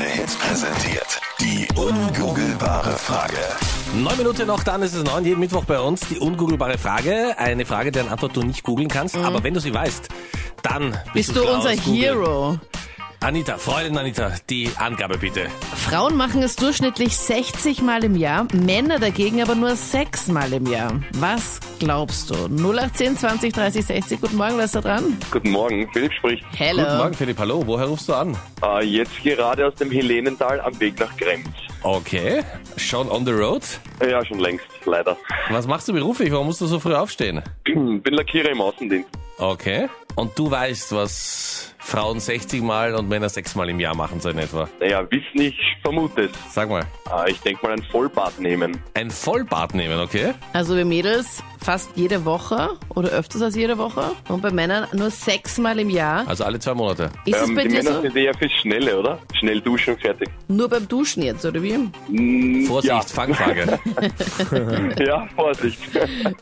Hits präsentiert. Die ungoogelbare Frage. Neun Minuten noch, dann ist es neun, jeden Mittwoch bei uns. Die ungoogelbare Frage, eine Frage, deren Antwort du nicht googeln kannst, aber wenn du sie weißt, dann bist, Mhm. Bist du klar unser aus Google. Hero? Anita, Freundin Anita, die Angabe bitte. Frauen machen es durchschnittlich 60 Mal im Jahr, Männer dagegen aber nur 6 Mal im Jahr. Was glaubst du? 0810 20 30 60. Guten Morgen, wer ist da dran? Guten Morgen, Philipp spricht. Hello. Guten Morgen, Philipp, hallo, woher rufst du an? Äh, jetzt gerade aus dem Helenental am Weg nach Krems. Okay, schon on the road. Äh, Ja, schon längst, leider. Was machst du beruflich, warum musst du so früh aufstehen? Bin Lackierer im Außendienst. Okay, und du weißt, was Frauen 60 Mal und Männer 6 Mal im Jahr machen so in etwa. Naja, wissen ich vermute es. Sag mal, Äh, ich denke mal ein Vollbad nehmen. ein Vollbad nehmen, okay? Also wir Mädels fast jede Woche oder öfters als jede Woche und bei Männern nur 6 Mal im Jahr. Also alle zwei Monate. Ist es Ähm, bei die dir Männer so? sind eher fürs Schnelle, oder? Schnell duschen, fertig. Nur beim Duschen jetzt, oder wie? Mm, Vorsicht, ja. Fangfrage. Ja, Vorsicht.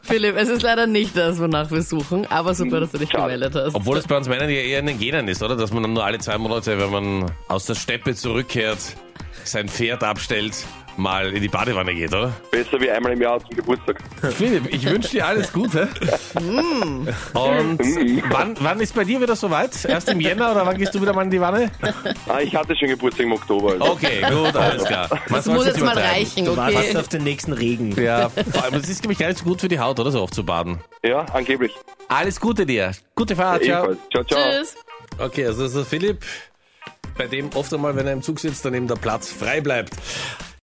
Philipp, es ist leider nicht das, wonach wir suchen, aber super, dass du dich Schade. gemeldet hast. Obwohl es bei uns Männern ja eher in den Genen ist, oder? Dass man dann nur alle zwei Monate, wenn man aus der Steppe zurückkehrt, sein Pferd abstellt, mal in die Badewanne geht, oder? Besser wie einmal im Jahr zum Geburtstag. Philipp, ich wünsche dir alles Gute. Mm. Und Mm. wann, wann ist bei dir wieder soweit? Erst im Jänner oder wann gehst du wieder mal in die Wanne? Ah, ich hatte schon Geburtstag im Oktober. Also. Okay, gut, alles klar. Man das soll's muss jetzt nicht mal übertreiben. reichen, Du wartest okay? auf den nächsten Regen. Ja, vor allem, es ist nämlich gar nicht so gut für die Haut, oder so oft zu baden. Ja, angeblich. Alles Gute dir. Gute Fahrt, ciao. Ebenfalls. Ciao, ciao. Ah, Tschüss. also Okay, also das ist der Philipp, bei dem oft einmal, wenn er im Zug sitzt, dann eben der Platz frei bleibt.